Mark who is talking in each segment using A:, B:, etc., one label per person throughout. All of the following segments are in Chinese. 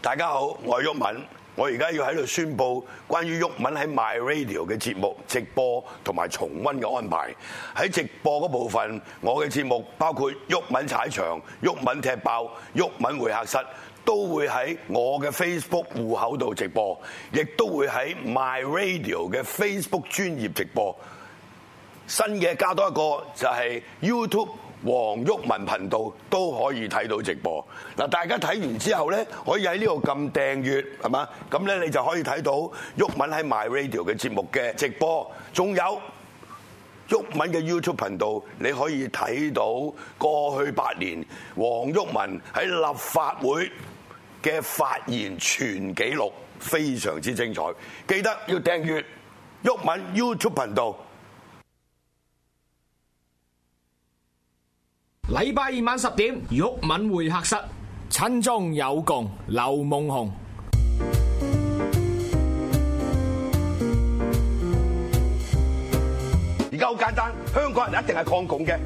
A: 大家好，我係毓民，我而家要喺度宣布關於毓民喺 My Radio 嘅節目直播同埋重温嘅安排。喺直播嗰部分，我嘅節目包括毓民踩場、毓民踢爆、毓民會客室。都會喺我嘅 Facebook 户口度直播，亦都會喺 My Radio 嘅 Facebook 專頁直播。新嘅加多一個就係 YouTube 黃毓民頻道都可以睇到直播。嗱，大家睇完之後咧，可以喺呢度撳訂閱，係嘛？咁咧你就可以睇到毓民喺 My Radio 嘅節目嘅直播，仲有。毓民嘅 YouTube 頻道，你可以睇到過去八年黃毓民喺立法會嘅發言全記錄，非常之精彩。記得要訂閱毓民 YouTube 頻道。
B: 礼拜二晚十点，玉敏会客室，亲中有共，刘梦红。
A: 而家好簡單，香港人一定係抗共嘅。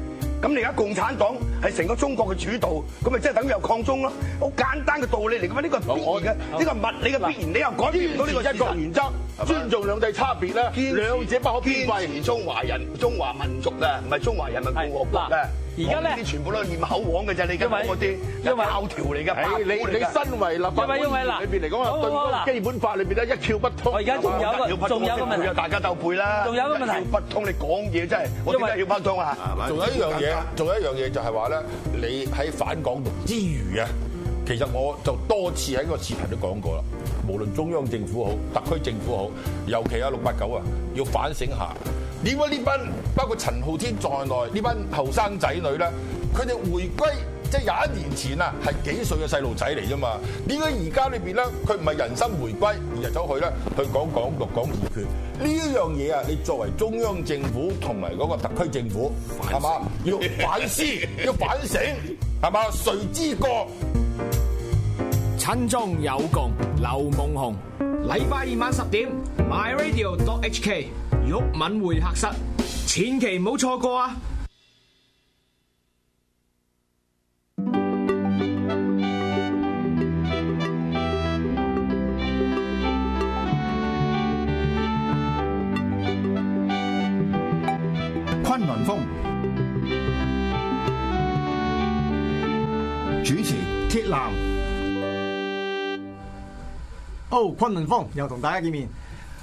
A: 咁你而家共產黨係成個中國嘅主導，咁咪即係等於有抗中咯。好簡單嘅道理嚟嘅嘛，呢個係
C: 我
A: 必然嘅，呢個係物理嘅必然，你又改變唔到呢個
C: 堅持一國原則
A: 嘛，
C: 尊重兩地差別咧，
A: 堅持
C: 兩者不可偏
A: 堅
C: 廢。
A: 持中華人、中華民族啊，唔係中華人民共和國啊。
D: 係嗱而家咧
A: 我啲全部都係念口簧嘅啫，你而家
D: 因為
A: 講嗰啲
D: 因為
A: 教條嚟嘅，八股
C: 你
A: 嚟
C: 你
A: 㗎
C: 身為立法會
D: 因為因為嗱
C: 裏邊嚟講
D: 好好好
C: 啊，對嗰
D: 嗱
C: 個基本法裏邊咧一竅不通。
D: 我而家仲有
A: 要
D: 一
A: 不
D: 個，仲有一個問題。
A: 大家鬥背啦，
D: 仲有一個問題
A: 要不通你講嘢真係，我點解要不通啊？
E: 仲有一樣嘢，仲有一樣嘢就係話咧，你喺反港獨之餘啊，其實我就多次喺個視頻都講過啦。無論中央政府好，特區政府好，尤其啊六八九啊，要反省下點解呢班包括陳浩天在內呢班後生仔女咧，佢哋回歸。即係廿一年前啊，係幾歲嘅細路仔嚟啫嘛？點解而家裏邊咧，佢唔係人心回歸，而係走去咧去講港獨、講自決呢一樣嘢啊？你作為中央政府同埋嗰個特區政府，係嘛？要反思，要反省，係嘛？誰之過？
B: 親中有共，劉夢紅。禮拜二晚十點，myradio.hk 玉敏會客室，千祈唔好錯過啊！
F: 崑崙風主持鐵男。
G: 好，崑崙風又同大家見面。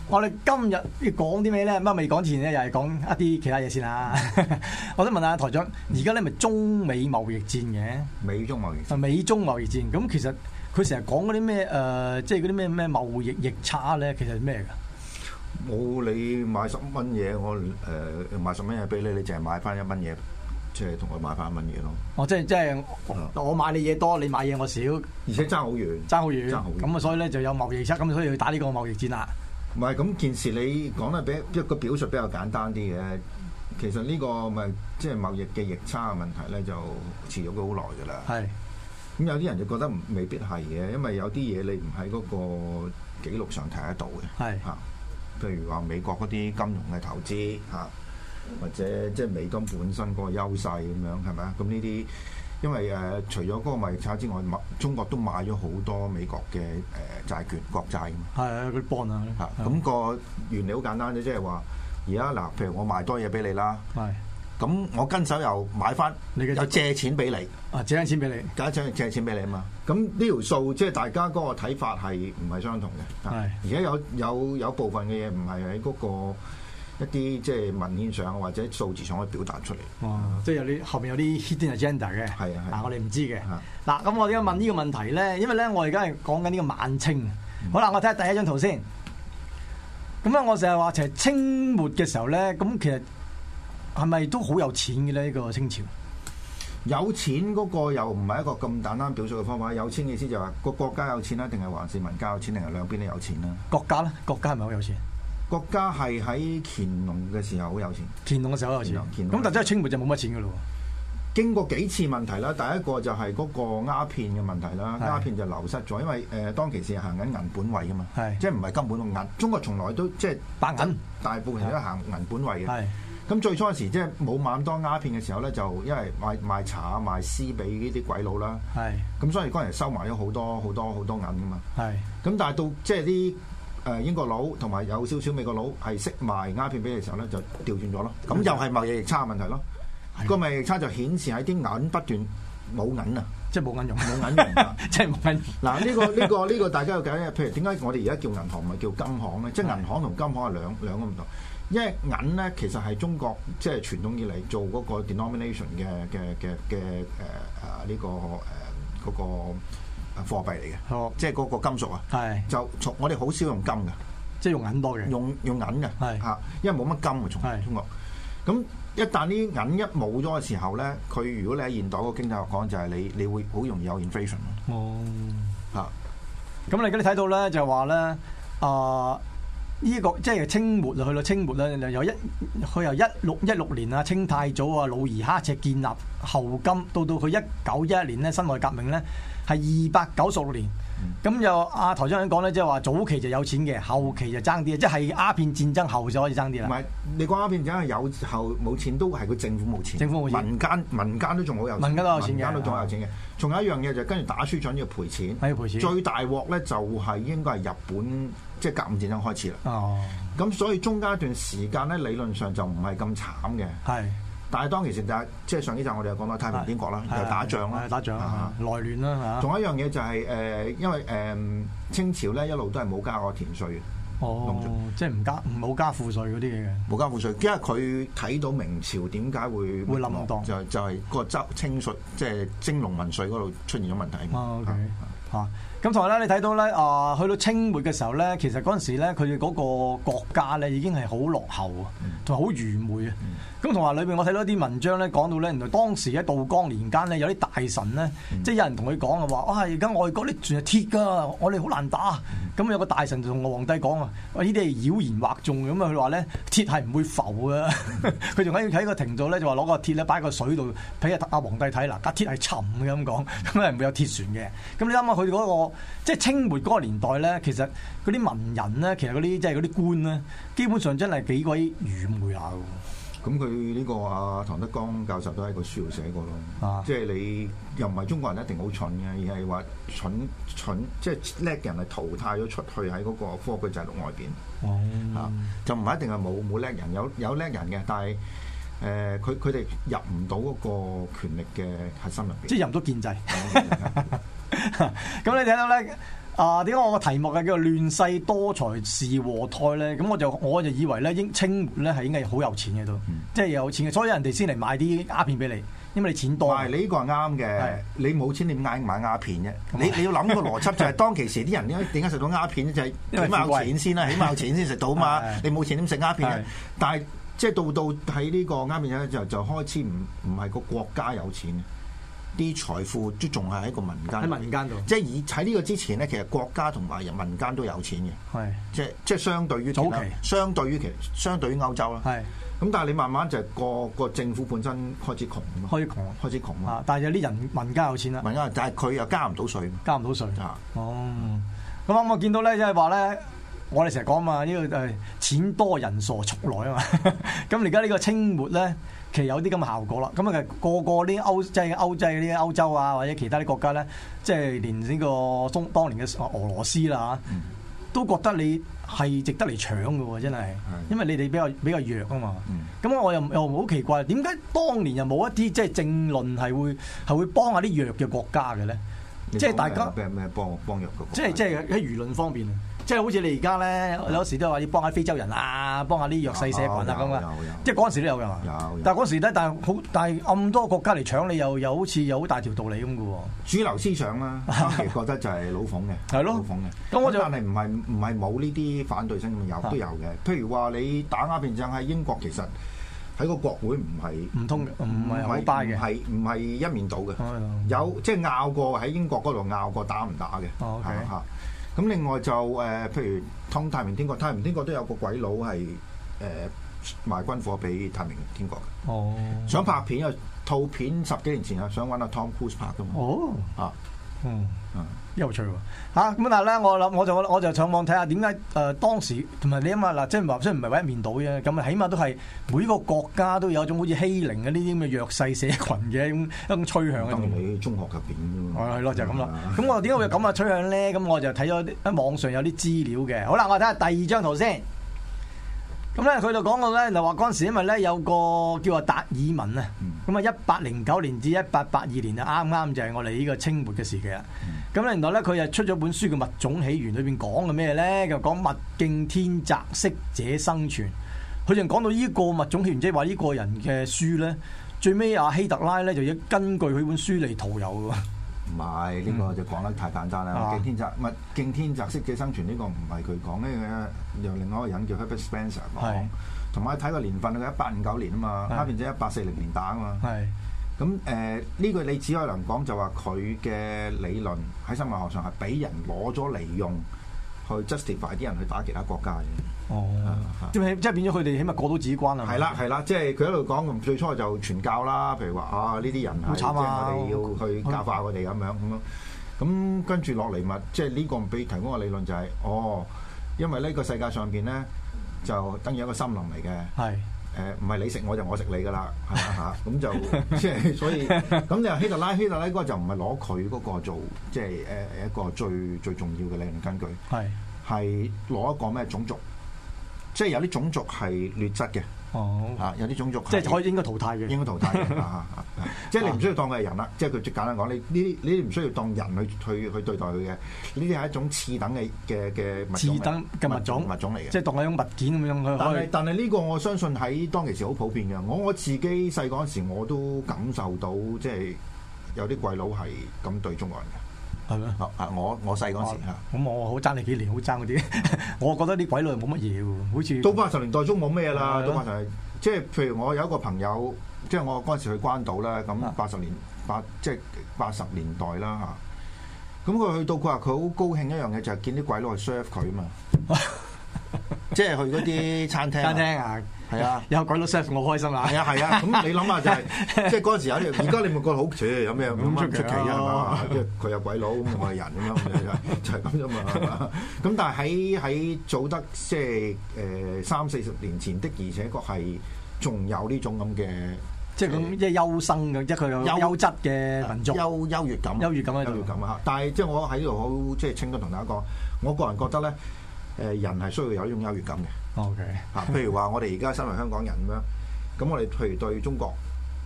G: 我哋今日要講啲咩咧？乜未講之前咧，又係講一啲其他嘢先啦。 我想問下台長，而家咧咪中美貿易戰嘅？
H: 美中貿易
G: 啊，美中貿易戰咁，其實佢成日講嗰啲咩誒，即係嗰啲咩咩貿易逆差咧，其實係咩㗎？
H: 冇你買十蚊嘢，我誒、呃、買十蚊嘢俾你，你淨係買翻一蚊嘢，即係同佢買翻一蚊嘢咯。
G: 我哦即係即係我我買你嘢多，你買嘢我少，
H: 而且爭好遠，
G: 爭好遠。
H: 爭好遠。
G: 咁啊，所以咧就有貿易差，咁所以要打呢個貿易戰啦。
H: 唔係咁件事，你講得比一個表述比較簡單啲嘅。其實呢個咪即係貿易嘅逆差嘅問題咧，就持續咗好耐㗎啦。
G: 係
H: 咁有啲人就覺得唔未必係嘅，因為有啲嘢你唔喺嗰個記錄上睇得到嘅。
G: 係
H: 嚇，譬如話美國嗰啲金融嘅投資嚇，或者即係美金本身嗰個優勢咁樣係咪啊？咁呢啲因為誒、呃除咗嗰個貿易差之外，買中國都買咗好多美國嘅誒、呃、債券國債㗎嘛。
G: 係啊，佢幫啊，
H: 嚇，咁個原理好簡單啫，即係話而家嗱，譬如我賣多嘢俾你啦，
G: 係
H: 咁我跟手又買翻，
G: 你嘅
H: 又借錢俾你。
G: 啊，借緊錢俾你。
H: 假借借錢俾你啊嘛，咁呢條數即係大家嗰個睇法係唔係相同嘅？啊而
G: 係
H: 家有有有部分嘅嘢唔係喺嗰個一啲即係文獻上或者數字上可以表達出嚟。
G: 哦，即係有啲後面有啲 hidden agenda
H: 係
G: 嘅，
H: 啊係啊
G: 嗱我哋唔知嘅
H: 啊。
G: 嗱，咁我點解問呢個問題咧？因為咧，我而家係講緊呢個晚清。
H: 嗯
G: 好啦，我睇下第一張圖先。咁啊，我成日話其實清末嘅時候咧，咁其實係咪都好有錢嘅咧？呢個清朝
H: 有錢嗰個又唔係一個咁簡單表述嘅方法。有錢嘅意思就係話個國家有錢啦，定係還是民間有錢，定係兩邊都有錢啦？
G: 國家咧，國家係咪好有錢？
H: 國家係喺乾隆嘅時候好有錢。
G: 乾隆嘅時候好有錢。
H: 乾隆乾隆
G: 咁但真係清末就冇乜錢嘅咯
H: 經過幾次問題啦，第一個就係嗰個鴉片嘅問題啦，
G: 係
H: 鴉片就流失咗，因為誒、呃、當其時係行緊銀本位噶嘛，
G: 係
H: 即係唔係金本位銀，中國從來都即係
G: 白銀
H: 大部分人都行銀本位
G: 喎。
H: 嘅。
G: 係
H: 咁最初嗰時即係冇買咁多鴉片嘅時候咧，就因為賣賣茶啊、賣絲俾呢啲鬼佬啦，
G: 係
H: 咁所以嗰陣時收埋咗好多好多好多銀噶嘛。
G: 係
H: 咁但係到即係啲誒英國佬同埋有少少美國佬係識賣鴉片俾你嘅時候咧，就調轉咗咯。咁又係貿易逆差問題咯。個貿易逆差就顯示喺啲銀不斷冇銀啊，
G: 即係冇緊用，
H: 冇銀用啊。
G: 即係冇緊用。
H: 嗱，呢、個呢、個呢、個大家要解嘅，譬如點解我哋而家叫銀行唔係叫金行咧？即係銀行同金行係兩兩個唔同，因為銀咧其實係中國即係傳統以嚟做嗰個 denomination 嘅嘅嘅嘅誒誒啊呢個誒嗰、個誒貨幣嚟嘅，
G: 哦
H: 即係嗰個金屬啊，
G: 係
H: 就從我哋好少用金嘅，
G: 即係用銀多嘅。
H: 用用銀嘅
G: 係
H: 嚇，因為冇乜金啊，從
G: 係
H: 中國。咁一旦呢銀一冇咗嘅時候咧，佢如果你喺現代嗰個經濟學講，就係你你會好容易有 inflation 咯
G: 哦，
H: 嚇。
G: 咁你而家你睇到咧就係話咧啊。呢、個即係清末啦，啊去到清末啦，由一佢由一六一六年啊，清太祖啊，努兒哈赤建立後金，到到佢一九一一年咧，辛亥革命咧係二百九十六年。
H: 嗯
G: 咁就阿台長講咧，即係話早期就有錢嘅，後期就爭啲，即係鴉片戰爭後就開始爭啲
H: 唔
G: 啦。
H: 係你講鴉片真係有後冇錢，都係個政府冇錢，
G: 政府冇錢
H: 民間民間都仲好有錢，
G: 民間都有錢嘅啊
H: 民間都仲有錢嘅。仲有一樣嘢就係跟住打輸仗要賠錢，
G: 係要賠錢
H: 最大鑊咧就係應該係日本即係甲午戰爭開始啦。
G: 哦，
H: 咁所以中間一段時間咧，理論上就唔係咁慘嘅。
G: 係
H: 但係當其時就係即係上幾集我哋又講到太平天國啦，又打仗啦
G: 係，打仗
H: 啊
G: 啦，內亂啦嚇。
H: 仲有一樣嘢就係誒，因為誒清朝咧一路都係冇加過田稅嘅。
G: 哦，即係唔加唔冇加賦稅嗰啲嘢嘅。
H: 冇交賦稅，因為佢睇到明朝點解會
G: 會冧檔
H: 就就係個州清稅，即係徵農民稅嗰度出現咗問題。
G: 哦，OK，
H: 啊
G: 嚇。咁同埋咧，你睇到咧，啊，去到清末嘅時候咧，其實嗰陣時咧，佢哋嗰個國家咧已經係好落後啊，同埋好愚昧啊。咁同埋裏邊我睇到一啲文章咧，講到咧，原來當時喺道光年間咧，有啲大臣咧，即係有人同佢講啊，話啊，而家外國啲船係鐵㗎，我哋好難打。啊咁有個大臣就同個皇帝講啊，喂呢啲係妖言惑眾嘅咁啊，佢話咧鐵係唔會浮嘅， 佢仲喺喺個庭度咧就話攞個鐵咧擺喺個水度俾阿阿皇帝睇嗱，架鐵係沉嘅咁講， 咁啊係唔會有鐵船嘅。咁你諗下佢哋嗰個即係清末嗰個年代咧，其實嗰啲文人咧，其實嗰啲即係嗰啲官咧，基本上真係幾鬼愚昧下嘅
H: 咁佢呢個啊唐德剛教授都喺個書度寫過咯，
G: 啊
H: 即係你又唔係中國人一定好蠢嘅，而係話蠢蠢即係叻嘅人係淘汰咗出去喺嗰個科舉制度外邊。
G: 喎。哦，
H: 嚇、就唔係一定係冇冇叻人，有有叻人嘅，但係誒佢佢哋入唔到嗰個權力嘅核心入邊。
G: 即係入唔到建制。 咁你睇到咧，啊點解我個題目嘅叫做亂世多才是禍胎咧？咁我就我就以為咧，英清末咧係應該好有錢嘅都，即係有錢嘅，所以人哋先嚟買啲鴉片俾你，因為你錢
H: 唔
G: 多。
H: 係你呢個係啱嘅
G: 係，啊
H: 你冇錢你嗌買鴉片啫。你你要諗個邏輯就係當其時啲人點解點解食到鴉片咧？就係起
G: 因為
H: 碼
G: 富
H: 有
G: 貴
H: 錢先啦，起 碼有錢先食到嘛
G: 係。
H: 你冇錢點食鴉片
G: 係
H: 啫？但係即係到到喺呢個鴉片咧，就就開始唔唔係個國家有錢，啲財富都仲係喺個民間。
G: 喺民間度
H: 即係以喺呢個之前咧，其實國家同埋人民間都有錢嘅。
G: 係
H: 即係即係相對於
G: 早期
H: 其他相對於其相對於歐洲啦。
G: 係
H: 咁，但係你慢慢就係個個政府本身開始窮啊嘛，
G: 開始窮啦
H: 開始窮啦。
G: 啊，但係有啲人民間有錢啦，
H: 民間，但係佢又加唔到稅嘛
G: 交唔到税。
H: 啊！
G: 哦，咁啱我見到咧，即係話咧，我哋成日講嘛，呢、個誒錢多人傻速來啊嘛。 咁而家呢個清末咧，其實有啲咁嘅效果啦。咁啊，其實個個啲歐即係歐即係啲歐洲啊，或者其他啲國家咧，即係連呢個中當年嘅俄羅斯啦嚇都覺得你係值得嚟搶嘅喎，真係，因為你哋比較比較弱啊嘛。咁、我又又好奇怪，點解當年又冇一啲即係政論係會係會幫下啲弱嘅國家嘅咧？
H: 你
G: 即係
H: 講
G: 大
H: 咩
G: 家。
H: 咩咩幫幫入嗰個
G: 即係即係喺輿論方面啊，即係好似你而家咧，有時都話要幫下非洲人啊，幫下啲弱勢社群啊
H: 有
G: 咁啊
H: 有有，
G: 即係嗰陣時都有㗎嘛。
H: 有有
G: 但係嗰時咧，但係好，但係咁多國家嚟搶你，又又好似有好大條道理咁嘅喎。
H: 主流思想 啦，當時覺得就係老馮嘅，
G: 係咯
H: 老馮嘅。
G: 咁我就
H: 但係唔係唔係冇呢啲反對聲咁有都有嘅。譬如話你打鴉片仗喺英國，其實喺個國會唔係
G: 唔通嘅唔係好 buy 嘅
H: 唔係唔係一面倒嘅
G: 哎呀，
H: 有即係拗過喺英國嗰度拗過打唔打嘅，
G: 哦，OK
H: 嚇咁另外就誒，譬如湯太平天國，太平天國都有個鬼佬係誒賣軍火俾太平天國嘅。
G: 哦，
H: 想拍片啊，套片十幾年前啊，想揾阿 Tom Cruise 拍噶嘛。
G: 哦，
H: 啊，
G: 嗯，有趣喎嚇咁、但係咧，我諗我就我就上網睇下點解誒當時同埋你諗下嗱，即係話雖然唔係話一面倒啫，咁啊起碼都係每個國家都有一種好似欺凌嘅呢啲咁嘅弱勢社群嘅一種一種趨向喺
H: 當
G: 度
H: 然。你中學入邊啫嘛。
G: 係係咯，就係咁啦。咁我點解會有咁嘅趨向咧？咁我就睇咗啲喺網上有啲資料嘅。好啦，我睇下第二張圖先。咁咧，佢就講到咧，就話嗰陣時因為咧有個叫做達爾文啊，咁啊一八零九年至一八八二年啊，啱啱就係我哋呢個清末嘅時期啦。咁咧原來咧佢又出咗本書叫《物種起源》，裏邊講嘅咩咧？就講物競天擇，適者生存。佢仲講到呢個物種起源，即係話呢個人嘅書咧，最尾阿希特拉咧就要根據佢本書嚟屠友喎。
H: 唔係呢個就講得太簡單啦
G: 嗯啊。
H: 敬天擇物，敬天擇適者生存呢個唔係佢講呢個由另外一個人叫 Herbert Spencer
G: 係
H: 講。同埋睇個年份，佢一八五九年啊嘛，
G: 係
H: 哈變者一八四零年打啊嘛。
G: 係
H: 咁誒呢個你只可能講就話佢嘅理論喺生物學上係俾人攞咗嚟用，去 justify 啲人去打其他國家嘅。
G: 哦
H: 啊
G: 即係即係變咗佢哋起碼過到自己關啦。
H: 係啦，係啦，即係佢喺度講，最初就傳教啦，譬如話啊呢啲人係
G: 好
H: 即係
G: 慘啊
H: 我哋要去教化我哋咁樣咁樣。咁跟住落嚟咪即係呢個俾提供嘅理論就係、哦，因為呢個世界上邊咧就等於一個森林嚟嘅。
G: 係，
H: 誒唔係你食我就我食你噶啦，係嘛嚇？咁 就即係所以咁就希特拉希特拉嗰個就唔係攞佢嗰個做即係誒一個最最重要嘅理論根據，
G: 係
H: 係攞一個咩種族，即係有啲種族係劣質嘅
G: 哦，
H: 嚇，有啲種族
G: 即係可
H: 以
G: 以應該淘汰嘅。
H: 應該淘汰 嘅啊啊啊即係你唔需要當佢係人
G: 啊
H: 啦，即係佢最簡單講，你呢啲你唔需要當人去去去對待佢嘅，呢啲係一種次等嘅嘅嘅物種嚟
G: 次等嘅物種
H: 物種嚟嘅
G: 即。係當係一種物件咁樣
H: 但
G: 佢
H: 係但係呢個我相信喺當其時好普遍嘅。我我自己細個嗰時我都感受到，即係有啲鬼佬係咁對中國人嘅。
G: 係咩？
H: 啊啊！我我細個嗰時嚇，
G: 咁我好爭你幾年，好爭嗰啲， 我覺得啲鬼佬冇乜嘢喎，好似
H: 到八十年代中冇咩啦，
G: 係啊
H: 到
G: 咯
H: 八十年即係譬如我有一個朋友，即係我嗰陣時去關島啦，咁
G: 啊
H: 八十年八即係八十年代啦嚇。咁佢去到佢話佢好高興一樣嘢就係見啲鬼佬去 serve 佢 嘛，即係去嗰啲餐廳啊。
G: 餐廳啊，
H: 係啊
G: 有鬼佬 serve 我開心啦。
H: 係啊係 啊，咁你諗下就係，即係嗰陣時有啲，而家你咪覺得好，切有咩有乜出奇啊？係嘛即係佢有鬼佬，咁我係人啊咁樣，就係咁啫嘛係嘛。咁但係喺喺早得即係誒三四十年前的，而且確係仲有呢種咁嘅
G: 即係咁，即係優生嘅，即係佢有
H: 優
G: 優質嘅民族。
H: 優優越感、
G: 優越感喺度
H: 優越感啊！但係即係我喺呢度好即係清楚同大家講，我個人覺得咧，誒人係需要有呢種優越感嘅。
G: O K，
H: 啊，譬如話我哋而家身為香港人咁樣，咁我哋譬如對中國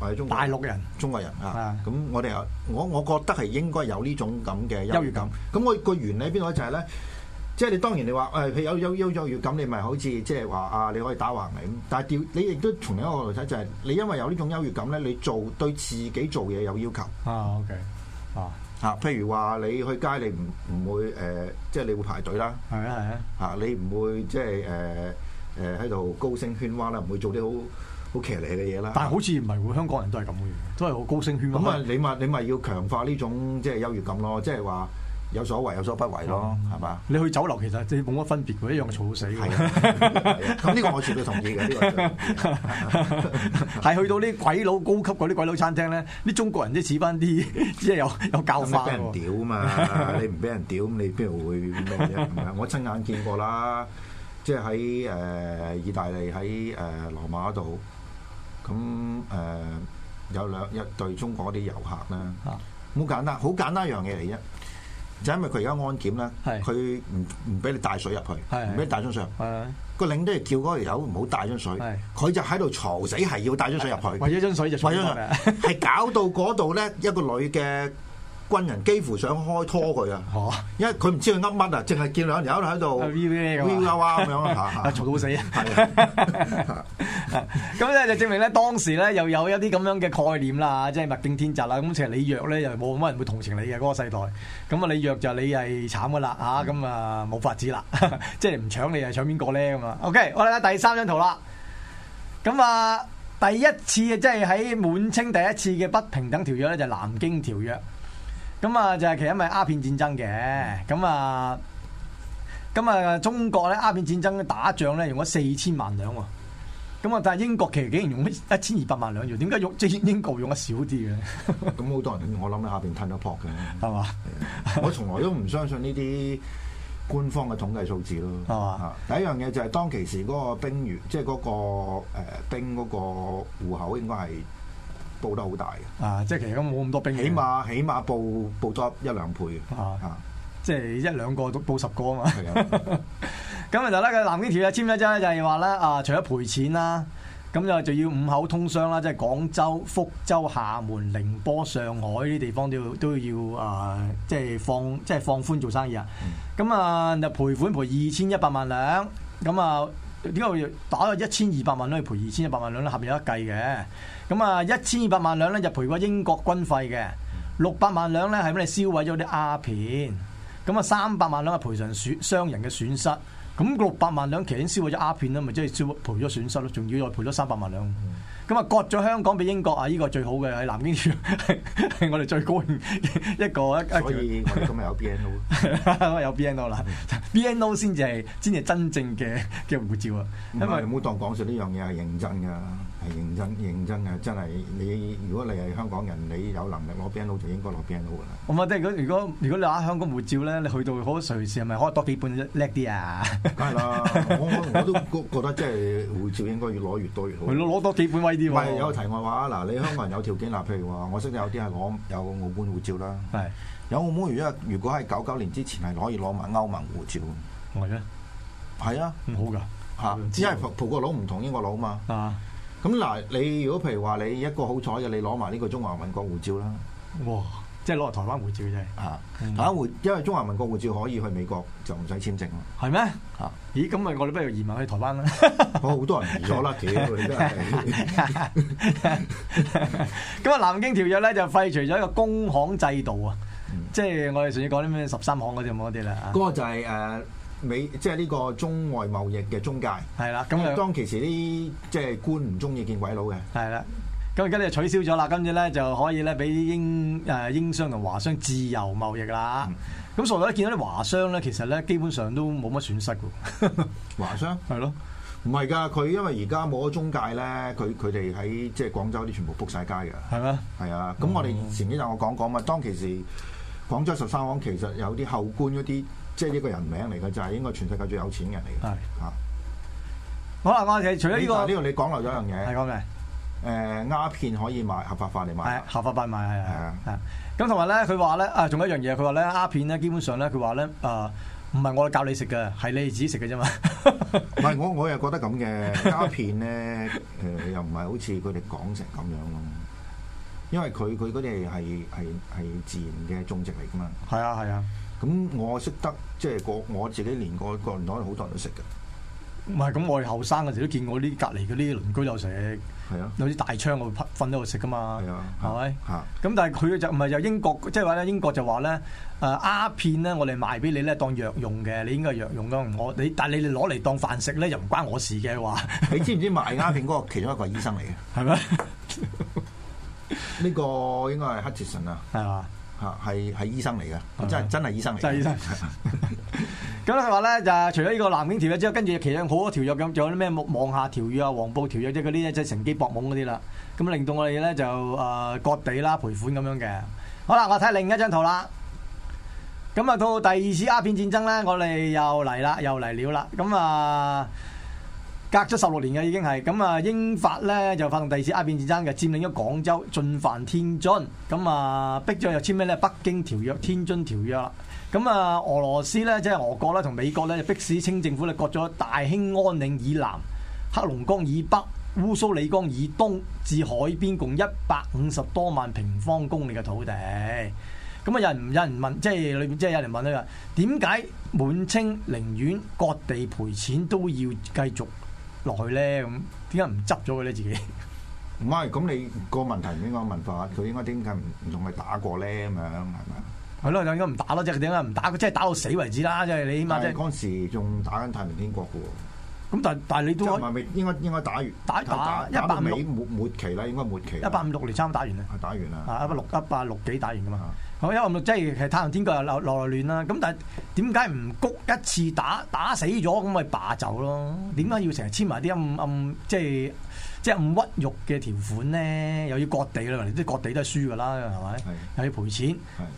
H: 或者中國
G: 大陸人、
H: 中國人啊
G: 啊，
H: 咁我哋有我我覺得係應該有呢種咁嘅優
G: 優
H: 越
G: 越
H: 感
G: 感。
H: 咁我個原理邊度咧就係咧。即係你當然你話誒，譬如有有有優越感，你咪好似即係話啊，你可以打橫嚟咁。但係調你亦都從另一個角度睇，就係、你因為有呢種優越感咧，你做對自己做嘢有要求。
G: 啊，O K，啊，
H: 啊，譬如話你去街你唔唔會誒、即係你會排隊啦。
G: 係啊係啊，
H: 啊，你唔會即係誒誒喺度高聲喧譁啦，唔會做啲好好騎呢嘅嘢啦。
G: 但係好似唔係喎，香港人都係咁嘅，都係好高聲圈
H: 咁啊，你咪你咪要強化呢種即係優越感咯，即係話有所為有所不為咯，係嘛？
G: 你去酒樓其實你冇乜分別喎，一樣嘈到死
H: 係
G: 嘅。
H: 啊，係啊咁呢個我絕對同意嘅，呢個絕對同意嘅
G: 係去到啲鬼佬高級嗰啲鬼佬餐廳咧，啲中國人即係似翻啲， 即係有有教
H: 咁你
G: 化
H: 俾人
G: 喎。
H: 屌啊嘛， 你唔俾人屌，咁你邊度會咩啫？係咪我親眼見過啦，即係喺誒意大利喺誒羅馬度，咁誒、有兩一對中國啲遊客啦，好、
G: 啊
H: 簡單，好簡單一樣嘢嚟啫。就因為佢而家安檢咧，
G: 係
H: 佢唔唔俾你帶水入去，
G: 係
H: 唔俾你帶樽水入去。
G: 係
H: 個領隊叫嗰條友唔好帶樽水
G: 係，
H: 佢就喺度嘈死係要帶樽水入去。
G: 為咗啊樽水就
H: 為
G: 為
H: 咗
G: 咗
H: 佢係搞到嗰度咧，一個女嘅軍人幾乎想開拖佢啊！
G: 哦，
H: 因為佢唔知佢噏乜啊，淨係見兩條友喺度
G: 啊 V V 咁啊
H: 啊哇咁樣 啊，
G: 啊嘈到死啊！
H: 係啊
G: 咁咧就證明咧，當時咧又有一啲咁樣嘅概念啦，即係物競天擇啦。咁其實你弱咧，又冇乜人會同情你嘅嗰、個世代。咁啊，你弱就你係慘噶啦嚇，咁啊冇法子啦， 即係唔搶你係搶邊個咧咁啊？OK，我哋睇第三張圖啦。咁啊，第一次即係喺滿清第一次嘅不平等條約咧，就係南京條約。咁啊，就係其實因為鴉片戰爭嘅，咁啊，咁啊，中國咧鴉片戰爭打仗咧用咗四千萬兩喎。咁啊，但係英國其實竟然用一千二百萬兩兆，點解用即係英國用得少啲嘅？
H: 咁好多人我諗喺下邊吞咗撲嘅。
G: 係嘛？
H: 我從來都唔相信呢啲官方嘅統計數字咯。
G: 係嘛
H: 啊第一樣嘢就係當其時嗰個兵員，即係嗰個誒兵嗰個户口應該係報得好大嘅，
G: 啊，即係其實咁冇咁多兵嘅，
H: 起碼起碼報報多一兩倍嘅。
G: 啊
H: 啊
G: 即係一兩個都報十個啊嘛。
H: 係啊
G: 咁啊其實咧，佢南京條約簽咗之後咧，就係話咧啊，除咗賠錢啦，咁就就要五口通商啦，即係廣州、福州、廈門、寧波、上海呢啲地方都要都要啊、即係放即係放寬做生意啊。咁啊、就賠款賠二千一百萬兩，咁啊。點解會打咗一千二百萬兩去賠二千一百萬兩咧？合面有得計嘅。咁啊，一千二百萬兩咧就賠過英國軍費嘅，六百萬兩咧係俾你燒毀咗啲鴉片。咁啊，三百萬兩係賠償損商人嘅損失。咁六百萬兩其實已經燒咗鴉片啦，咪即係燒賠咗損失咯，仲要再賠咗三百萬
H: 嗯
G: 兩。咁啊，割咗香港俾英國啊！呢、個係最好嘅喺南京條約，係我哋最高興一個一一條
H: 所以我哋今日有 BNO。
G: 有 BNO 啦，BNO 先至係先至係真正嘅嘅護照啊！
H: 因
G: 因
H: 為
G: 為
H: 唔好當講笑呢樣嘢係認真㗎，係認真認真嘅，真係你如果你係香港人，你有能力攞 BNO 就應該攞 BNO 㗎啦。
G: 我覺得如果如果如果你攞香港護照咧，你去到好多瑞士係咪可以多幾本叻啲啊？
H: 梗係啦，我 我都覺覺得即係護照應該要攞越多越好。
G: 佢攞多幾本威啲
H: 唔係有
G: 喎
H: 個，題外話啊！嗱，你香港人有條件啦，譬如話，我識得有啲係攞有澳門護照啦，
G: 係
H: 有澳門如果如果喺九九年之前係可以攞埋歐盟護照，
G: 我嘅
H: 係啊
G: 唔好㗎嗯
H: 嚇，只係葡葡國佬唔同英國佬嘛。
G: 啊！
H: 咁嗱，你如果譬如話你一個好彩嘅，你攞埋呢個中華民國護照啦。
G: 哇！即係攞嚟台灣護照真係
H: 啊！台灣護，因為中華民國護照可以去美國，就唔使簽證咯。
G: 係咩？
H: 啊！
G: 咦，咁咪我哋不如移民去台灣啦。
H: 我好多人移咗啦，屌你真 係！
G: 咁啊，南京條約咧就廢除咗一個工行制度啊，即係我哋上次講啲咩十三行嗰啲咁嗰啲啦啊，
H: 嗰個就係誒美，即係呢個中外貿易嘅中介。
G: 係啦，咁樣
H: 當其時啲即係官唔中意見鬼佬嘅，
G: 係啦。咁而家你就取消咗啦，跟住咧就可以咧俾英誒、英商同華商自由貿易啦。咁所以咧見到啲華商咧，其實咧基本上都冇乜損失嘅喎，
H: 華商
G: 係咯。
H: 唔係㗎，佢因為而家冇咗中介咧，佢佢哋喺即係廣州啲全部 book 晒街㗎。
G: 係咩？
H: 係啊，咁我哋前幾日我講講啊嘛，當其時廣州十三行其實有啲後官嗰啲，即係呢個人名嚟嘅，就係應該全世界最有錢嘅人嚟嘅。
G: 係
H: 啊。
G: 好啦，我哋除咗呢、
H: 呢
G: 個
H: 個呢個你講漏咗一樣
G: 係啊
H: 嘢，
G: 講咩？
H: 誒鴉片可以買合法化嚟
G: 係
H: 買，啊
G: 合法販賣係
H: 係啊
G: 係係。咁同埋咧，佢話咧啊，仲有一樣嘢，佢話咧鴉片咧，基本上咧，佢話咧啊，唔係我哋教你食嘅，係你哋自己食嘅 啫嘛。
H: 唔係我我又覺得咁嘅鴉片咧，誒 又唔係好似佢哋講成咁樣咯，因為佢佢嗰啲係係係自然嘅種植嚟噶嘛。
G: 係啊係啊，
H: 咁我識得即係我我自己連個個年代好多人都食嘅，
G: 唔係咁，我哋後生嗰時都見過啲隔離嗰啲鄰居有食，
H: 係啊，
G: 有啲大槍我瞓喺度食噶嘛，
H: 係啊，
G: 係咪？
H: 嚇
G: 咁但係佢就唔係就英國，即係話咧英國就話咧，誒、鴉片咧，我哋賣俾你咧當藥用嘅，你應該係藥用噶。我你但係你哋攞嚟當飯食咧，又唔關我事嘅話，
H: 你知唔知賣鴉片嗰個其中一個係醫生嚟嘅？
G: 係咪？
H: 呢個應該係 Hutchison 啊，
G: 係嘛？
H: 嚇係係醫生嚟嘅，真係真係醫生嚟嘅，
G: 真係醫生。咁咧佢話咧就除咗呢個南京條約之後，跟住其實好多條約咁，仲有啲咩望下條約啊、黃埔條約即係嗰啲即係乘機博懵嗰啲啦。咁令到我哋咧就誒、呃割地啦、賠款咁樣嘅。好啦，我睇下另一張圖啦。咁啊，到第二次鴉片戰爭咧，我哋又嚟啦，又嚟了啦。咁啊〜隔咗十六年嘅已經係咁啊，英法咧就發動第二次鴉片戰爭嘅，佔領咗廣州，進犯天津，咁啊逼咗又簽咩咧《北京條約》《天津條約》啦。咁啊，俄羅斯咧即係俄國啦，同美國咧就迫使清政府咧割咗大興安嶺以南、黑龍江以北、烏蘇里江以東至海邊共一百五十多萬平方公里嘅土地。咁啊，有人有人問，即係裏面即係有人問咧話，點解滿清寧願割地賠錢都要繼續落去咧？咁點解唔執咗佢咧？自己
H: 唔係，咁你個問題唔應該問法，佢應該點解唔唔同佢打過咧？咁樣係咪啊？
G: 係咯，就應該唔打咯，即係點解唔打？即係打到死為止啦！即係你起碼
H: 但
G: 即
H: 係
G: 係
H: 嗰陣時仲打緊太平天國嘅喎，
G: 咁，但但係你
H: 即
G: 都
H: 係唔
G: 可
H: 係未應該應該打完
G: 打打
H: 打到
G: 156
H: 尾末末期啦，應該末期啦
G: 一八五六年差唔多打完啦，
H: 啊打完啦，
G: 啊一八六一八六幾打完噶嘛。
H: 啊
G: 好，因為我咪即係其實太陽天國又落落內亂啦。咁但係點解唔谷一次打打死咗咁咪罷就咯？點解要成日簽埋啲暗暗即係即係暗屈辱嘅條款咧？又要割地啦，啲割地都係輸噶啦，係咪？又要賠錢，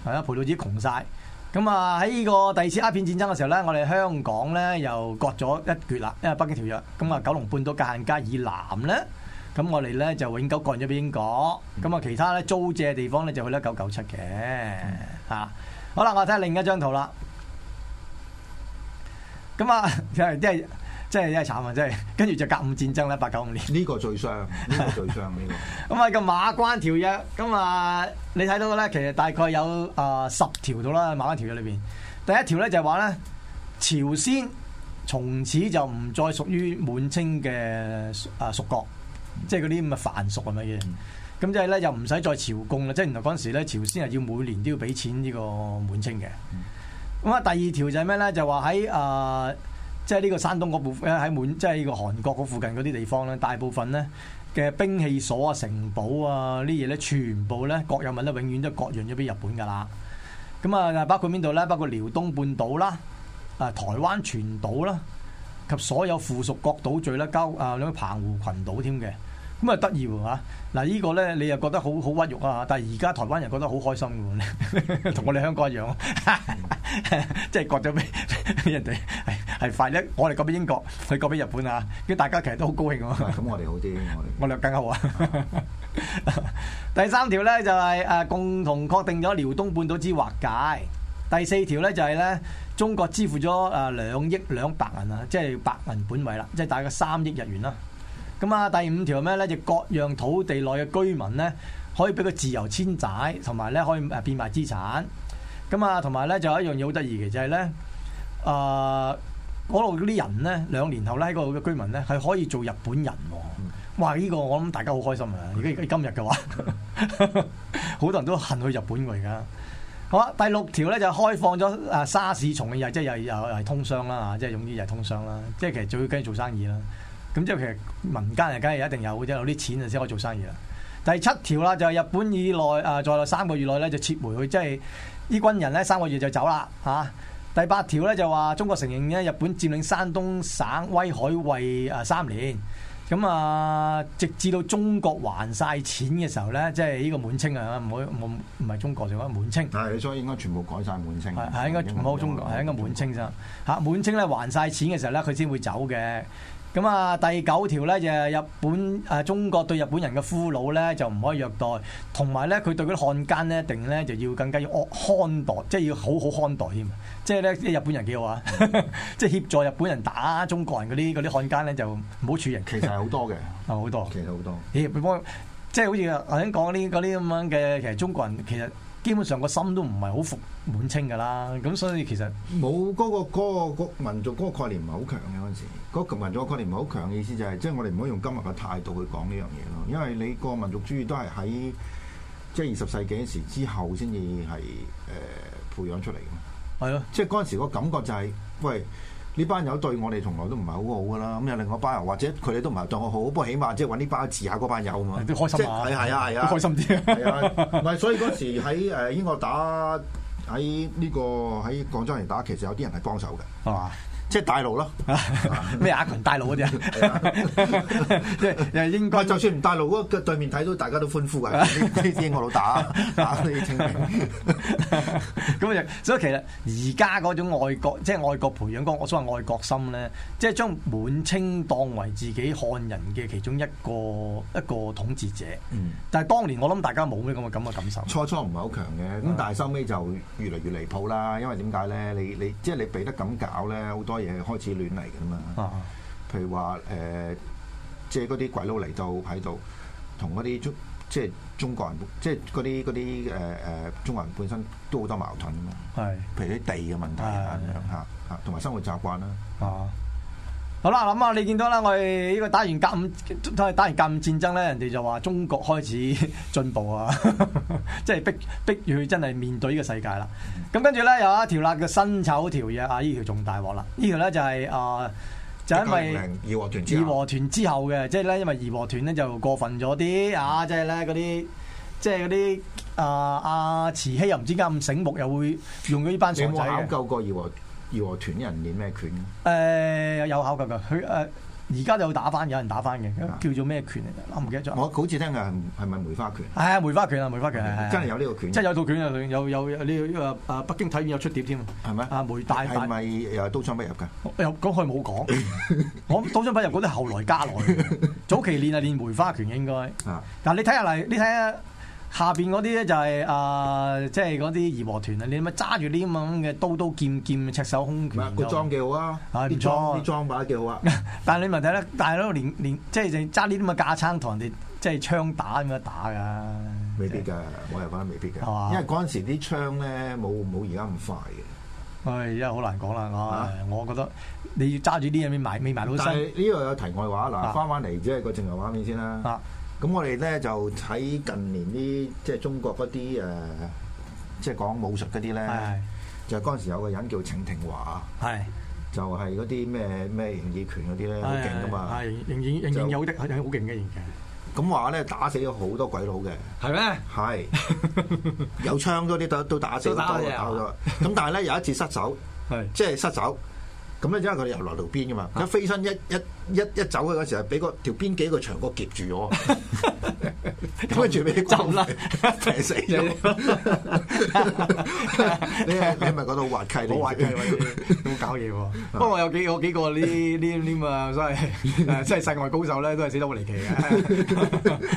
G: 係啊，賠到自己窮晒。咁啊喺呢個第二次鴉片戰爭嘅時候咧，我哋香港咧又割咗一橛啦，因為北京條約。咁啊，九龍半島界限街以南咧。咁我哋咧就永久割咗俾英國，咁啊其他咧租借地方咧就去得九九七嘅嚇。好啦，我睇下另一張圖啦。咁啊， 真係真係真係真係慘啊！真係，跟住就甲午戰爭啦，八九五年。
H: 呢個最 傷，呢個最傷呢個。
G: 咁啊個馬關條約，咁啊你睇到咧，其實大概有啊十條到啦，馬關條約裏邊。第一條咧就係話咧，朝鮮從此就唔再屬於滿清嘅啊屬國，即係嗰啲咁嘅藩屬係咪嘅？咁即係咧又唔使再朝貢啦，即係原來嗰陣時咧朝鮮係要每年都要俾錢呢個滿清嘅。咁啊，第二條就係咩咧？就話喺啊，即係呢個山東嗰部分喺滿，即係呢個韓國嗰附近嗰啲地方咧，大部分咧嘅兵器所啊、城堡啊呢嘢咧，全部咧國有物咧，永遠都割讓咗俾日本㗎啦。咁啊，包括邊度咧？包括遼東半島啦、啊台灣全島啦，及所有附屬國島嶼啦、交啊兩個澎湖群島添嘅。咁啊得意喎嚇！嗱、呢個咧你又覺得好好屈辱啊，但係而家台灣人覺得好開心嘅喎，同 我哋香港一樣，即係割咗俾俾人哋係係快啲，我哋割俾英國，佢割俾日本啊，跟住大家其實都好高興喎、
H: 咁我哋好啲，我哋。
G: 我略更好啊。 第三條咧就係、誒共同確定咗遼東半島之劃界。第四條咧就係、咧中國支付咗誒兩億兩白銀啊，即係白銀本位啦，即係大概三億日元啦。咁啊，第五條係咩咧？就各樣土地內嘅居民咧，可以俾佢自由遷徙，同埋咧可以誒變賣資產。咁啊，同埋咧就有一樣嘢好得意嘅，就係咧誒啊嗰度嗰啲人咧，兩年後咧喺嗰度嘅居民咧係可以做日本人喎。哇！呢、個我諗大家好開心啊！如果今日嘅話， 好多人都恨去日本喎而家。好啊，第六條咧就開放咗啊沙士從嘅，又即係又又又係通商啦嚇，即係總之又係通商啦，即係其實最緊要做生意啦。咁即係其實民間啊，梗係一定有即係有啲錢啊先可以做生意啦。第七條啦，就係日本以內啊，在內三個月內咧就撤回佢，即係啲軍人咧三個月就走啦嚇。第八條咧就話中國承認咧日本佔領山東省威海衛啊三年。咁啊，直至到中國還晒錢嘅時候咧，即係呢個滿清啊，唔好唔好唔係中國，仲有滿清。
H: 係，所以應該全部改晒滿清。啊
G: 係係應該唔好中國，係應該滿清先嚇。滿清咧還晒錢嘅時候咧，佢先會走嘅。咁啊，第九條咧就係日本啊，中國對日本人嘅俘虜咧就唔可以虐待，同埋咧佢對嗰啲漢奸咧一定咧就要更加要惡看待，即係要好好看待添。即係咧，即係日本人幾好啊！ 即係協助日本人打中國人嗰啲嗰啲漢奸咧，就唔好處刑，
H: 其實係好多 嘅，
G: 啊好多。
H: 其實好多。
G: 咦，你幫即係好似頭先講呢嗰啲咁樣嘅，其實中國人其實基本上個心都唔係好服滿清㗎啦，咁所以其實
H: 冇嗰、個嗰、個嗰民族嗰個概念唔係好強嘅嗰陣時，嗰、個民族概念唔係好強嘅意思就係、即係我哋唔好用今日嘅態度去講呢樣嘢咯，因為你個民族主義都係喺即係二十世紀嗰時之後先至係誒培養出嚟嘅嘛。
G: 係咯，
H: 即係嗰陣時個感覺就係、喂。呢班友對我哋從來都唔係好好噶啦，咁有另外一班人或者佢哋都唔係對我好，不過起碼即係揾呢班治下嗰班友啊 嘛，
G: 都開
H: 即
G: 心
H: 係
G: 啊，
H: 係係啊係啊，
G: 都開心啲
H: 係 啊，唔係，所以嗰時喺誒英國打喺呢、個喺廣州人打，其實有啲人係幫手嘅，
G: 係嘛？
H: 即係大陸咯。
G: 啊咩阿群大佬嗰啲啊， 即係又係英
H: 啊唔係
G: 軍
H: 就算唔大陸嗰個對面睇到，大家都歡呼嘅。啊呢啲英國佬 打打呢 啲清明。
G: 咁就啊所以其實而家嗰種愛國，即係愛國培養嗰我所謂愛國心咧，即係將滿清當為自己漢人嘅其中一個一個統治者。
H: 嗯
G: 但係當年我諗大家冇咩咁嘅咁嘅感受。
H: 初初唔係好強嘅，
G: 嗯
H: 咁但係收尾就越嚟越離譜啦。因為點解咧？你你即係你俾得咁搞咧，好多嘢開始亂嚟㗎嘛。
G: 啊
H: 譬如話誒、呃即係嗰啲鬼佬嚟到喺度，同嗰啲中即係中國人，即係嗰啲嗰啲誒誒中國人本身都好多矛盾㗎嘛。
G: 係。
H: 譬如啲地嘅問題啊
G: 係
H: 咁樣嚇嚇，同埋生活習慣啦。
G: 啊。好啦，咁啊，你見到啦，我哋呢個打完甲午，打打完甲午戰爭咧，人哋就話中國開始進步啊， 即係逼逼住佢真係面對呢個世界啦。咁跟住咧有一條啦，叫辛丑條約啊，呢條仲大鑊啦，呢條咧就係、啊、就因為。
H: 1900義和團之
G: 義
H: 後，
G: 和團之後嘅，即係咧，因為義和團咧就過分咗啲啊，即係咧嗰啲即係嗰啲啊阿慈禧又唔知點解咁醒目，又會用咗呢班
H: 你
G: 傻
H: 有
G: 仔啊
H: 冇考
G: 嘅。
H: 究過義和義和團啲人練咩拳？
G: 誒、有考究㗎，佢誒而家有打翻，有人打翻嘅，叫做咩拳嚟㗎？我唔記得咗。
H: 我好似聽嘅係係咪梅花拳？
G: 係啊，梅花拳啊，梅花拳係係
H: 真係有呢個拳
G: 真係有套拳啊，有有有呢個啊北京體院有出碟添，
H: 係咪？
G: 啊梅大
H: 係
G: 大
H: 咪誒刀槍不入㗎？
G: 又咁佢冇講，我倒張筆入嗰啲後來加落去嘅，早期練係練梅花拳嘅應該。
H: 啊
G: 嗱你睇下嚟，你睇下下邊嗰啲咧就係、啊、即係嗰啲義和團啊，你咪揸住啲咁嘅刀刀劍劍、赤手空
H: 唔
G: 拳
H: 係個
G: 就
H: 裝幾好啊！
G: 係
H: 啲
G: 唔錯
H: 裝
G: 啊
H: 啲裝把幾好 啊！
G: 但係你問題咧，大佬連連即係就揸呢啲咁嘅架撐同人哋即係槍打咁樣打㗎，
H: 未必㗎，我又覺得未必
G: 係嘛
H: 㗎，因為嗰陣時啲槍咧冇冇而家咁快嘅。
G: 唉，真係好難講啦，我我覺得你要揸住啲嘢未埋未埋到
H: 但係
G: 身
H: 呢個有題外話
G: 啊
H: 嗱，翻翻嚟即係個正頭畫面先啦。
G: 啊，
H: 咁我哋咧就睇近年啲即係中國嗰啲誒，即係講武術嗰啲
G: 係
H: 咧，就嗰陣時有個人叫程廷華，
G: 係
H: 就係嗰啲咩咩形意拳嗰啲咧，好勁噶嘛。
G: 係仍然仍然有的係好勁嘅，仍然
H: 咁話咧打死咗好多鬼佬嘅，
G: 係咩？
H: 係有槍嗰啲都都打死好
G: 都打
H: 多
G: 死
H: 打
G: 啊
H: 好多。咁但係咧有一次失手，
G: 係
H: 即係失手。咁咧，因為佢哋游落路邊噶
G: 啊
H: 嘛，咁飛身一一一一走嘅嗰時候，俾個條邊幾個長角夾住 咗，咁跟住俾啲
G: 浸啦
H: 劈死 咗。你係你係咪覺得好滑稽呢？
G: 好滑稽 喎！咁搞嘢喎。不過我有幾有幾個呢呢呢咁啊，所謂誒即係世外高手咧，都係死得好離奇嘅。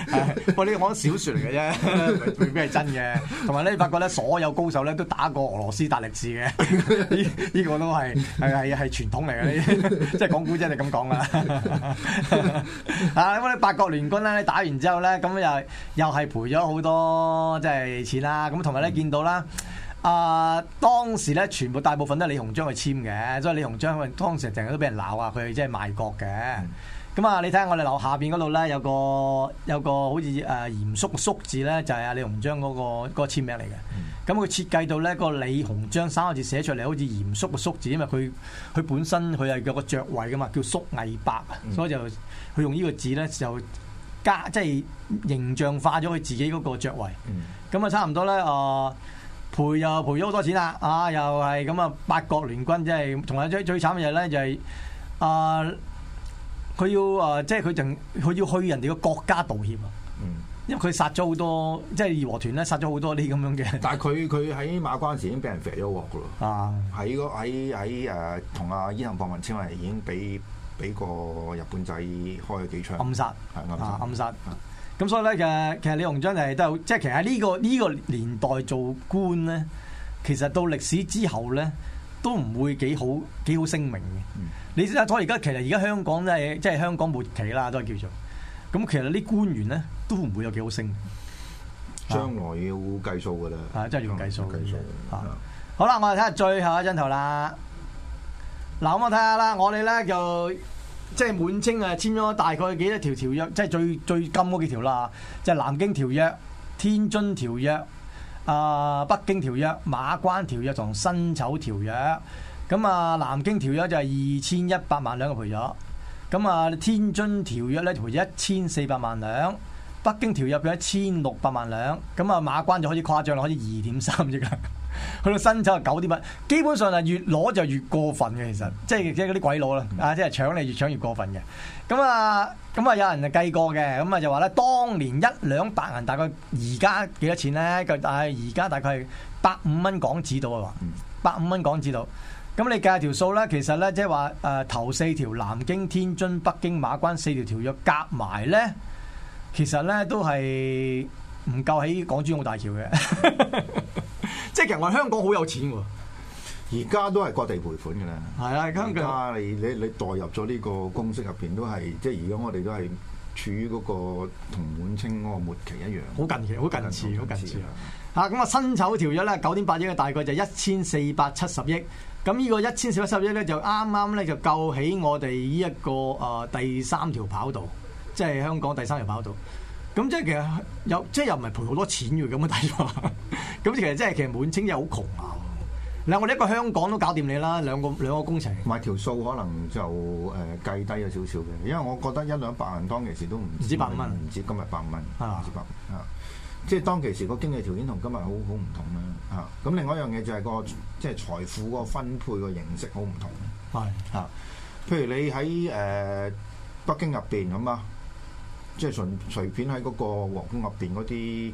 G: 係不過呢，我小説嚟嘅啫，未必係真嘅。同埋咧，你發覺咧，所有高手咧都打過俄羅斯大力士嘅，呢呢個都係係係係傳統嚟嘅呢，即係講古真係咁講啦。啊，咁你八國聯軍咧打完之後咧，咁又又係賠咗好多即係錢啦。咁同埋咧見到啦。啊，當時咧，全部大部分都係李鴻章去簽嘅，所以李鴻章當時成日都俾人鬧啊，佢即係賣國嘅。咁啊，你睇下我哋樓下邊嗰度咧，有個有個好似誒嚴肅肅字咧，就係阿李鴻章嗰、個嗰個簽名嚟嘅。咁佢設計到咧個李鴻章三個字寫出嚟好似嚴肅嘅肅字，因為佢佢本身佢係有個爵位噶嘛，叫肅毅伯啊，所以就佢用呢個字咧就加即係形象化咗佢自己嗰個爵位。咁啊，差唔多咧，誒、賠又賠咗好多錢啦，啊，又係咁啊，八國聯軍即係同埋最最慘嘅嘢咧，就係、啊，佢要啊，即係佢仲佢要去人哋嘅國家道歉啊，因為佢殺咗好多，即係義和團咧殺咗好多啲咁樣嘅
H: 但係佢佢喺馬關時已經俾人肥咗鑊噶咯，
G: 啊，
H: 喺個喺喺誒同阿伊藤博文簽係已經俾俾個日本仔開咗幾槍
G: 暗殺
H: 係暗殺
G: 啊暗殺。咁所以咧，其實其實李鴻章係都係好即係其實喺呢、個呢、個年代做官咧，其實到歷史之後咧，都唔會幾好幾好聲明嘅。
H: 嗯
G: 你睇咗而家其實而家香港都係即係香港末期啦，都係叫做。咁其實啲官員咧都唔會有幾好聲明
H: 將來要計數噶啦，
G: 啊，真係要計數嘅
H: 計數嗯
G: 啊好啦，我哋睇下最後一張圖啦。嗱，咁我睇下啦，我哋咧就即係滿清啊簽咗大概幾多條條約，即係最最金嗰幾條啦，就係、南京條約、天津條約、啊、北京條約、馬關條約同辛丑條約。咁啊，南京條約就係二千一百萬兩嘅賠咗。咁啊，天津條約咧賠咗一千四百萬兩。北京條約佢一千六百萬兩，咁啊馬關就開始誇張啦，開始二點三億啦， 去到新州九點八，基本上係越攞就越過分嘅，其實即係即係嗰啲鬼佬啦，啊即係搶你越搶越過分嘅。咁啊咁啊有人就計過嘅，咁啊就話咧，當年一兩白銀大概而家幾多錢咧？佢但係而家大概係百五蚊港紙到啊，話百五蚊港紙到。咁你計下條數咧，其實咧即係話誒頭四條南京、天津、北京、馬關四條條約夾埋咧。其實咧都係唔夠喺港珠澳大橋嘅， 即係其實我哋香港好有錢喎。
H: 而家都係各地賠款㗎啦。
G: 係啊，香港
H: 而家你你你代入咗呢個公式入邊都係，即係而家我哋都係處於嗰個同滿清嗰個末期一樣。
G: 好近期，好近似，好近似
H: 啊！
G: 啊！咁啊，辛丑條約咧九點八億，大概就一千四百七十億。咁呢個一千四百七十億咧，就啱啱咧就夠起我哋呢一個誒第三條跑道，即係香港第三條跑道。咁即係其實又即係又唔係賠好多錢嘅咁啊，大佬。 咁其實即係其實滿清真係好窮啊！嗱，我哋一個香港都搞掂你啦，兩個兩個工程。
H: 買條數可能就誒、呃、計低咗少少嘅，因為我覺得一兩百銀當其時都唔
G: 唔止百五蚊
H: 唔止今日百五蚊，唔
G: 啊
H: 止百五啊。即係當其時個經濟條件同今日好好唔同啦嚇。咁、另外一樣嘢就係個即係財富嗰個分配個形式好唔同。
G: 係
H: 啊，譬如你喺誒、呃北京入邊咁啊，即係隨隨便喺嗰個皇宮入邊嗰啲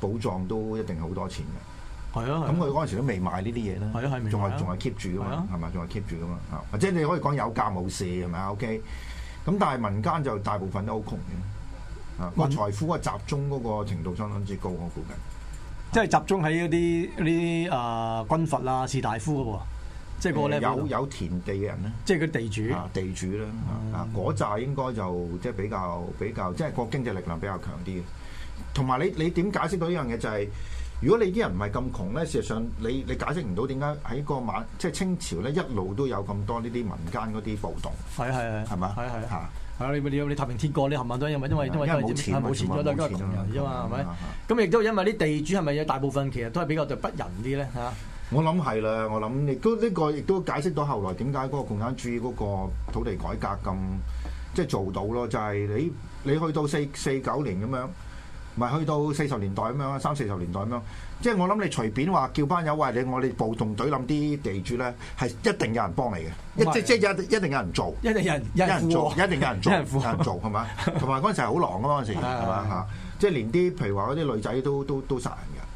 H: 寶藏都一定好多錢嘅。
G: 係啊，
H: 咁佢嗰陣時都未買呢啲嘢啦，
G: 係啊係未
H: 仲
G: 買啊
H: 係仲係 keep 住噶
G: 係啊
H: 嘛，係咪？仲係 keep 住噶嘛，啊或者你可以講有價冇市係咪啊？OK，咁但係民間就大部分都好窮嘅，啊個
G: 民
H: 財富個集中嗰個程度相當之高，我估計。
G: 即係集中喺嗰啲嗰啲誒軍閥啊、士大夫嗰喎，即係嗰個 level 啊
H: 有
G: 度，
H: 有田地嘅人咧。
G: 即係佢地主。
H: 啊地主啦，啊嗰扎應該就即係比較比較，即係個經濟力量比較強啲嘅。同埋你你點解釋到呢樣嘢就係、如果你啲人唔係咁窮咧，事實上你你解釋唔到點解喺個晚即係清朝咧一路都有咁多呢啲民間嗰啲暴動，
G: 係係係，
H: 係嘛？
G: 係係
H: 嚇
G: 係啊！你你你太平天國，你冚唪唥都因為因為因為
H: 因為冇錢嘛
G: 冇錢咗都
H: 全
G: 係
H: 部
G: 都
H: 冇
G: 係窮
H: 錢啊
G: 人啫嘛，係咪
H: 啊啊？
G: 咁亦都因為啲地主係咪有大部分其實都係比較就不仁啲咧嚇？
H: 我諗係啦，我諗亦都呢、個亦都解釋到後來點解嗰個共產主義嗰個土地改革咁即係做到咯，就係、你你去到四四九年咁樣，唔係去到四十年代咁樣，三四十年代咁樣，即係我諗你隨便話叫班友喂你我哋暴動隊冧啲地主咧，係一定有人幫你
G: 唔係
H: 嘅，一即即一定一定有人做。
G: 一定有人有
H: 有
G: 人
H: 人
G: 富
H: 做，
G: 喎
H: 一定有人做，
G: 有人富
H: 有人做係嘛？同埋嗰陣時係好狼噶啊嘛，嗰陣時係
G: 係係
H: 嘛嚇，即係連啲譬如話嗰啲女仔都都都殺人嘅。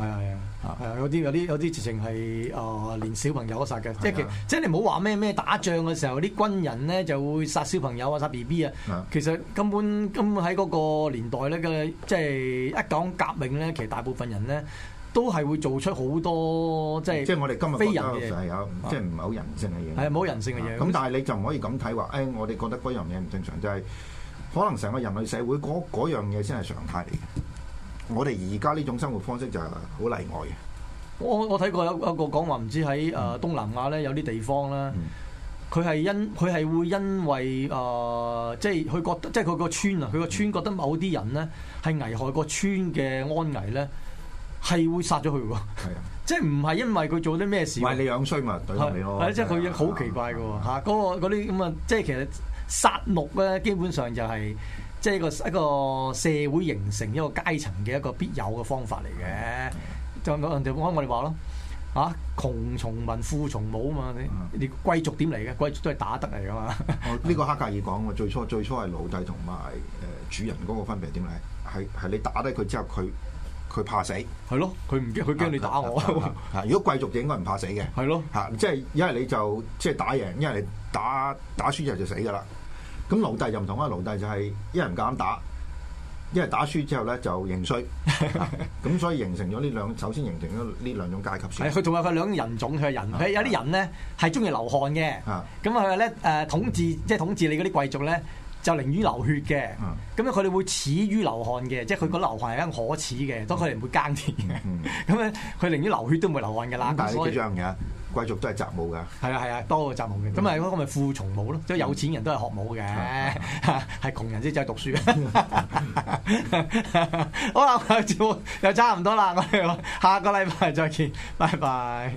G: 係啊係啊，係啊！有啲有啲有啲直情係誒連小朋友都殺嘅，即係其
H: 係啊
G: 即係你唔好話咩咩打仗嘅時候啲軍人咧就會殺小朋友啊殺 B B 啊
H: 啊，
G: 其實根本根本喺嗰個年代咧嘅即係一講革命咧，其實大部分人咧都係會做出好多即係
H: 即係我哋今日
G: 非
H: 覺
G: 人
H: 得
G: 嘅嘢啊
H: 係。有，即係唔係好人性嘅嘢。
G: 係啊冇人性嘅嘢
H: 咁但係你就唔可以咁睇話，誒，我哋覺得嗰樣嘢唔正常，就係可能成個人類社會嗰嗰樣嘢先係常態嚟嘅。我哋而家呢種生活方式就係好例外嘅。
G: 我我睇過有有一個講話，唔知
H: 嗯
G: 喺誒東南亞咧有啲地方啦，佢係因佢係會因為誒、呃即係佢覺得即係佢個村啊，佢個村覺得某啲人咧係危害個村嘅安危咧，係會殺咗佢喎，
H: 係啊，
G: 即係唔係因為佢做啲咩事
H: 唔
G: 喎？
H: 係你樣衰咪對落你
G: 係
H: 咯。啊
G: 係即係佢好奇怪嘅喎嚇，嗰個嗰啲咁啊，即係其實殺戮咧，基本上就係即係一個一個社會形成一個階層嘅一個必有嘅方法嚟嘅。就人哋我哋話咯，啊窮從民，富從武啊嘛，你你貴族點嚟嘅？貴族都係打得嚟噶嘛。
H: 我呢個黑格爾講喎，最初最初係奴隸同埋誒主人嗰個分別係點咧？係係你打低佢之後，佢佢怕死。
G: 係咯，佢唔驚，佢驚你打 我。
H: 啊如果貴族就應該唔怕死嘅。
G: 係咯
H: 嚇，即係因為你就即係打贏，因為你打打輸之後就死㗎啦。咁奴隸就唔同啦，奴隸就係一人唔夠膽打，因為打輸之後咧就認 衰。啊咁所以形成咗呢兩，首先形成咗呢兩種階級
G: 係
H: 先。
G: 佢仲有佢兩人種，佢係人，佢有啲人咧係中意流汗嘅
H: 啊，
G: 咁佢咧誒統治即係統治你嗰啲貴族咧。就寧願流血嘅
H: 嗯，
G: 咁咧佢哋會恥於流汗嘅，即係佢覺得流汗係一種可恥
H: 嗯
G: 嘅，當佢哋唔會耕田嘅，咁咧佢寧願流血都唔會流汗㗎啦
H: 咁。但係
G: 所
H: 呢
G: 以
H: 幾樣嘢，貴族都係習武㗎。
G: 係啊係啊，多過習武
H: 嗯
G: 嘅。咁啊，嗰個咪富從武咯，即係有錢人都係學武嘅，
H: 嗯
G: 係窮人先走去讀 書。好啦，我哋節目又差唔多啦，我哋下個禮拜再見，拜拜。